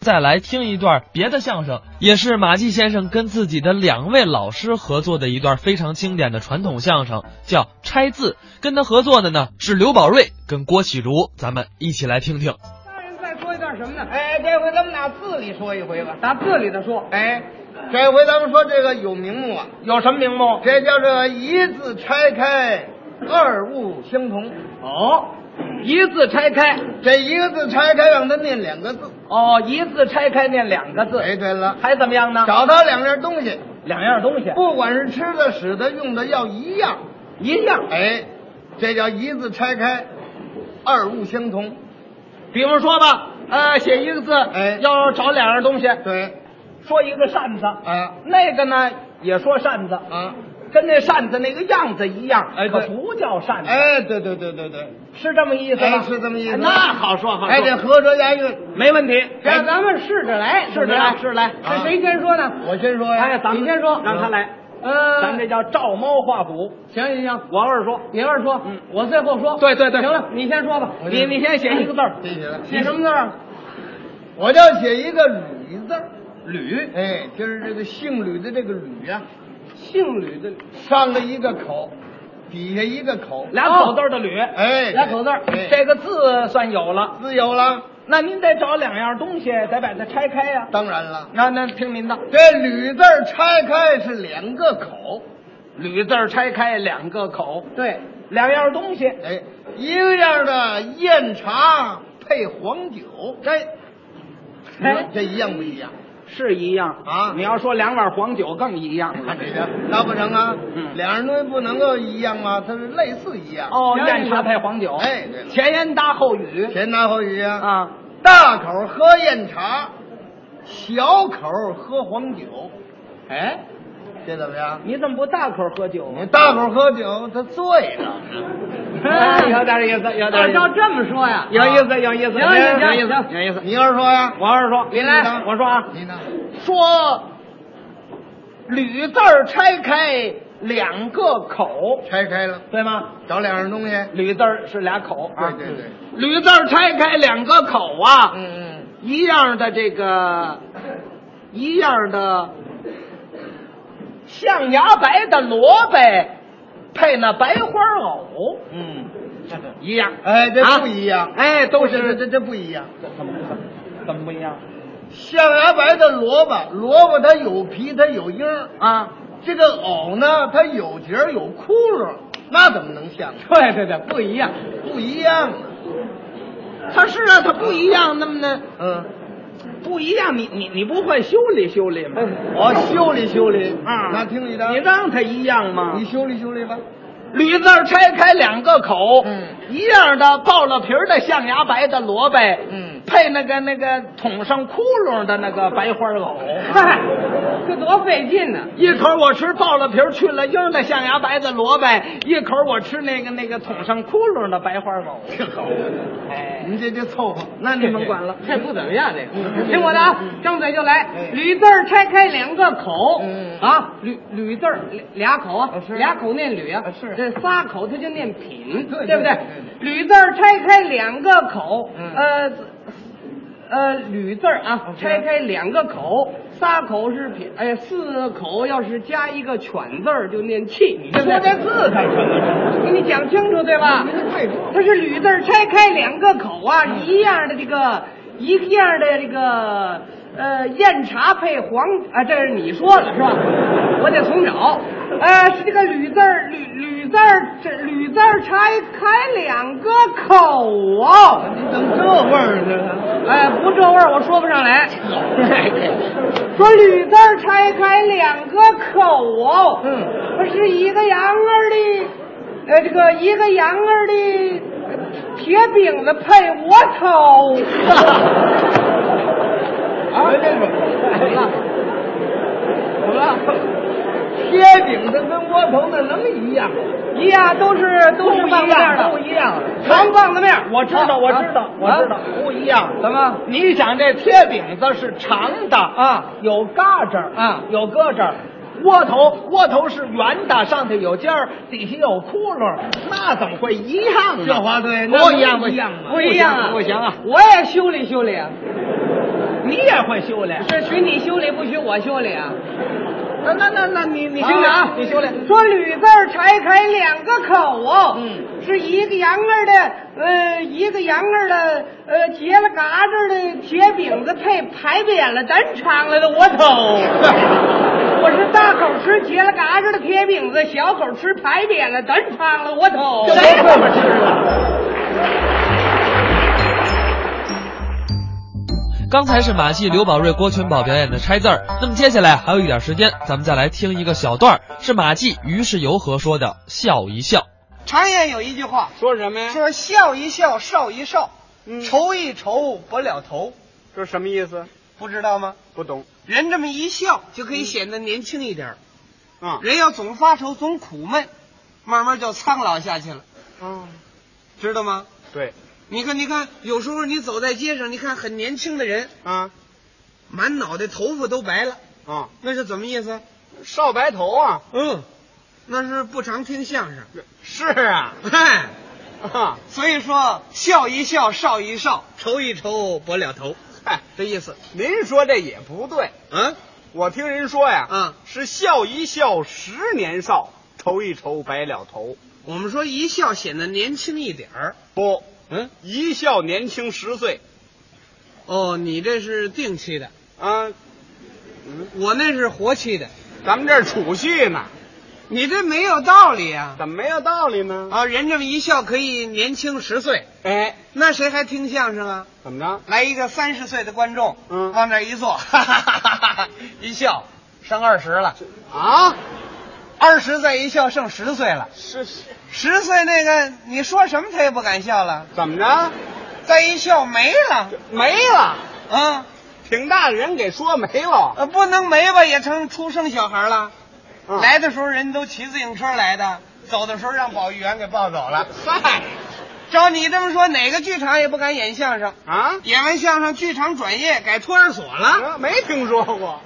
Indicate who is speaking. Speaker 1: 再来听一段别的相声，也是马季先生跟自己的两位老师合作的一段非常经典的传统相声，叫《拆字》。跟他合作的呢是刘宝瑞跟郭启儒，咱们一起来听听。
Speaker 2: 大人再说一段什么呢？
Speaker 3: 哎，这回咱们打字里说一回吧。
Speaker 2: 打字里头说。
Speaker 3: 哎，这回咱们说这个有名目啊，
Speaker 2: 有什么名目？
Speaker 3: 这叫做一字拆开，二物相同。
Speaker 2: 哦，一字拆开。
Speaker 3: 这一个字拆开，让他念两个字。
Speaker 2: 哦，一字拆开念两个字。
Speaker 3: 哎，对了，
Speaker 2: 还怎么样呢？
Speaker 3: 找到两样东西，
Speaker 2: 两样东西，
Speaker 3: 不管是吃的、使的、用的，要一样。
Speaker 2: 一样。
Speaker 3: 哎，这叫一字拆开，二物相同。
Speaker 2: 比如说吧，呃，写一个字，
Speaker 3: 哎
Speaker 2: 要找两样东西，
Speaker 3: 对，
Speaker 2: 说一个扇子，
Speaker 3: 啊
Speaker 2: 那个呢也说扇子，
Speaker 3: 啊，
Speaker 2: 跟那扇子那个样子一样，
Speaker 3: 哎
Speaker 2: 可
Speaker 3: 对
Speaker 2: 不叫扇子，
Speaker 3: 哎，对对对对对，
Speaker 2: 是这么意思
Speaker 3: 哎
Speaker 2: 吗？
Speaker 3: 是这么意思
Speaker 2: 那好说好说，
Speaker 3: 哎，这合辙押韵。
Speaker 2: 没问题。
Speaker 3: 让
Speaker 2: 咱们试着来试着来，
Speaker 3: 怎么样
Speaker 2: 试着来。
Speaker 3: 啊
Speaker 2: 先说呢？
Speaker 3: 我先说呀，
Speaker 2: 哎，咱们
Speaker 3: 你先说，
Speaker 2: 让他来。
Speaker 3: 呃
Speaker 2: 咱们这叫照猫画虎。
Speaker 3: 行行行，
Speaker 2: 我二说，
Speaker 3: 你二说，
Speaker 2: 嗯
Speaker 3: 我最后说。
Speaker 2: 对对对
Speaker 3: 行了，
Speaker 2: 你先说吧。
Speaker 3: 我
Speaker 2: 你
Speaker 3: 先
Speaker 2: 你先写嗯一个字儿，
Speaker 3: 谢谢了。
Speaker 2: 写什么字儿？啊
Speaker 3: 我就写一个吕字儿，
Speaker 2: 吕，
Speaker 3: 哎，就是这个姓吕的这个吕呀、
Speaker 2: 姓吕的吕，
Speaker 3: 上了一个口，底下一个口，
Speaker 2: 俩口字儿的吕。
Speaker 3: 哎，
Speaker 2: 俩口字儿，
Speaker 3: 对
Speaker 2: 这个字算有了。
Speaker 3: 自由了，
Speaker 2: 那您得找两样东西，得把它拆开呀。
Speaker 3: 当然了，
Speaker 2: 那那听您的，
Speaker 3: 这吕字儿拆开是两个口，
Speaker 2: 吕字儿拆开两个口，
Speaker 3: 对，
Speaker 2: 两样东西。
Speaker 3: 哎，一个样的燕茶配黄酒，
Speaker 2: 哎，
Speaker 3: 哎，这一样不一样？
Speaker 2: 是一样
Speaker 3: 啊
Speaker 2: 你要说两碗黄酒更一样了
Speaker 3: 看。这个，那不成啊，
Speaker 2: 哎嗯
Speaker 3: 两样东西不能够一样吗？它是类似一样。
Speaker 2: 哦，燕茶配黄酒，
Speaker 3: 哎对了
Speaker 2: 前言搭后语
Speaker 3: 前拿后语啊，
Speaker 2: 啊，
Speaker 3: 大口喝燕茶，小口喝黄酒，
Speaker 2: 哎，
Speaker 3: 这怎么样？
Speaker 2: 你怎么不大口喝酒啊
Speaker 3: 你大口喝酒，他醉了。
Speaker 2: 哎有点意思，有点意思，
Speaker 3: 这么说呀
Speaker 2: 有意思，有意思，
Speaker 3: 行行行
Speaker 2: 有意思，
Speaker 3: 行
Speaker 2: 有意思。
Speaker 3: 你要是说呀，
Speaker 2: 我要是说，
Speaker 3: 你呢
Speaker 2: 我说啊，
Speaker 3: 你呢？
Speaker 2: 说吕字儿拆开两个口，
Speaker 3: 拆开了，
Speaker 2: 对吗？
Speaker 3: 找两样东西。
Speaker 2: 吕字儿是俩口啊，
Speaker 3: 对对对，
Speaker 2: 吕字儿拆开两个口啊，
Speaker 3: 嗯
Speaker 2: 一样的这个，一样的象牙白的萝卜配那白花藕
Speaker 3: 嗯嗯，
Speaker 2: 一样，
Speaker 3: 哎，这
Speaker 2: 啊
Speaker 3: 不一样，
Speaker 2: 哎，都
Speaker 3: 这
Speaker 2: 是
Speaker 3: 这这不一样。
Speaker 2: 怎么怎么不一样
Speaker 3: 象牙白的萝卜，萝卜它有皮，它有缨儿。
Speaker 2: 啊？
Speaker 3: 这个藕呢，它有节儿有窟窿，那怎么能像呢？
Speaker 2: 对对对，不一样。
Speaker 3: 不一样啊。
Speaker 2: 它是啊，它不一样。那么呢，
Speaker 3: 嗯，
Speaker 2: 不一样，你你你不会修理修理吗？
Speaker 3: 我修理修理
Speaker 2: 啊，
Speaker 3: 那听你的，
Speaker 2: 你让它一样吗
Speaker 3: 你？修理修理吧。
Speaker 2: 驴字儿拆开两个口，
Speaker 3: 嗯
Speaker 2: 一样的爆了皮儿的象牙白的萝卜，
Speaker 3: 嗯
Speaker 2: 配那个那个捅上窟窿的那个白花藕，
Speaker 4: 嗨，这多费劲呢、
Speaker 2: 一口我吃爆了皮儿去了缨儿的象牙白的萝卜，一口我吃那个那个捅上窟窿的白花藕，
Speaker 3: 这好，
Speaker 2: 哎，
Speaker 3: 您这就凑合。
Speaker 2: 那你们管了，嗯
Speaker 4: 这不怎么样，这个。听我的啊，张嘴就来
Speaker 3: 哎，
Speaker 4: 吕字儿拆开两个口
Speaker 3: 嗯
Speaker 4: 啊，吕吕字儿俩俩口啊
Speaker 5: 呃
Speaker 3: 啊，是
Speaker 4: 俩口念吕啊
Speaker 3: 啊，是
Speaker 4: 这仨口它就念品，
Speaker 3: 啊对
Speaker 4: 对不
Speaker 3: 对
Speaker 4: 对
Speaker 3: 对？
Speaker 4: 吕字儿拆开两个口，
Speaker 3: 嗯
Speaker 4: 呃呃，吕字儿啊，
Speaker 3: 是
Speaker 4: 拆开两个口，仨口是品，哎，四口要是加一个犬字儿就念气，你
Speaker 3: 说嗯
Speaker 4: 对不对
Speaker 3: 这字干什么？
Speaker 4: 你讲清楚对吧？
Speaker 3: 您太装
Speaker 4: 它是吕字儿拆开两个口啊，一样的这个，一个样的这个，呃，燕茶配黄啊，这是你说了是吧？我得重找，呃，是这个吕字儿，吕吕字儿，这吕字儿拆开两个口啊，
Speaker 3: 你怎么这味儿呢？
Speaker 4: 哎，不这味儿我说不上 来。说吕字儿拆开两个口哦，
Speaker 3: 嗯，
Speaker 4: 它是一个羊儿的，呃，这个一个羊儿的呃铁饼子配窝头。
Speaker 3: 啊，这个
Speaker 4: 怎么了？怎么了？
Speaker 3: 贴饼的跟窝头的能一样？
Speaker 4: 一样都是都是棒子面的，
Speaker 2: 一样。
Speaker 4: 长棒子面儿。
Speaker 2: 我知道，我知道
Speaker 4: 啊，
Speaker 2: 我知道，不一样。
Speaker 4: 怎么？
Speaker 2: 你想这贴饼子是长的
Speaker 4: 啊，
Speaker 2: 有嘎吱儿
Speaker 4: 啊
Speaker 2: 有胳肢儿。窝头窝头是圆的，上头有尖儿，底下有窟窿，那怎么会一样呢？
Speaker 3: 这话对那
Speaker 2: 不一样，
Speaker 3: 不一样嘛
Speaker 4: 不一样啊！
Speaker 2: 不行啊！
Speaker 4: 我也修理修理啊。
Speaker 3: 你也会修炼？
Speaker 2: 是许你修哎理，不许我修理啊！
Speaker 3: 那那那那你你
Speaker 2: 你
Speaker 3: 修炼啊，你修炼。
Speaker 2: 说吕字儿拆开两个口哦，
Speaker 3: 嗯，
Speaker 2: 是一个羊儿的，呃，一个羊儿的，
Speaker 6: 嗯
Speaker 2: 呃，结了嘎子的铁饼子配牌匾了，咱尝了的我头。我是大口吃结了嘎子的铁饼子，小口吃牌匾了，咱尝了我头。
Speaker 3: 这没这么吃了？
Speaker 1: 刚才是马季、刘宝瑞、郭全宝表演的拆字儿，那么接下来还有一点时间，咱们再来听一个小段儿，是马季、于是由和说的“笑一笑
Speaker 5: 常言有一句话
Speaker 6: 说什么呀？
Speaker 5: 说：“笑一笑，少一少，
Speaker 6: 嗯
Speaker 5: 愁一愁，不了头。
Speaker 6: 这什么意思？”
Speaker 5: 不知道吗？
Speaker 6: 不懂
Speaker 5: 人这么一笑，就可以显得年轻一点儿。
Speaker 6: 啊？
Speaker 5: 人要总发愁、总苦闷，慢慢就苍老下去了，
Speaker 6: 哦，
Speaker 5: 知道吗？
Speaker 6: 对
Speaker 5: 你看，你看，有时候你走在街上，你看很年轻的人，
Speaker 6: 啊
Speaker 5: 满脑袋头发都白了，
Speaker 6: 啊，
Speaker 5: 那是怎么意思？
Speaker 6: 少白头啊？
Speaker 5: 嗯，那是不常听相声。
Speaker 6: 是啊，
Speaker 5: 哎，
Speaker 6: 啊，
Speaker 5: 所以说笑一笑，少一少，愁一愁，不了头，
Speaker 6: 嗨，
Speaker 5: 这意思。
Speaker 6: 您说这也不对。
Speaker 5: 嗯，
Speaker 6: 我听人说呀，
Speaker 5: 嗯
Speaker 6: 是笑一笑，十年少；愁一愁，白了头。
Speaker 5: 我们说一笑显得年轻一点儿。
Speaker 6: 不，
Speaker 5: 嗯，
Speaker 6: 一笑年轻十岁
Speaker 5: 哦，你这是定期的，
Speaker 6: 啊。
Speaker 5: 我那是活期的，
Speaker 6: 咱们这儿储蓄呢，
Speaker 5: 你这没有道理啊！
Speaker 6: 怎么没有道理呢？
Speaker 5: 啊，人这么一笑可以年轻十岁，
Speaker 6: 哎，
Speaker 5: 那谁还听相声啊？
Speaker 6: 怎么着？
Speaker 5: 来一个三十岁的观众，
Speaker 6: 嗯
Speaker 5: 往那儿一坐， 哈哈哈哈哈，一笑，剩二十了；
Speaker 6: 啊，
Speaker 5: 二十再一笑，剩十岁了。
Speaker 6: 是是
Speaker 5: 十岁那个，你说什么他也不敢笑了，
Speaker 6: 怎么着？
Speaker 5: 再一笑没了
Speaker 6: 没了，
Speaker 5: 啊！
Speaker 6: 挺大的人给说没了。
Speaker 5: 呃，不能没吧，也成出生小孩了。
Speaker 6: 嗯
Speaker 5: 来的时候人都骑自行车来的，走的时候让保育员给抱走了。
Speaker 6: 嗨
Speaker 5: 照你这么说，哪个剧场也不敢演相声，
Speaker 6: 啊，
Speaker 5: 演完相声剧场转业改托儿所了。
Speaker 6: 没听说过。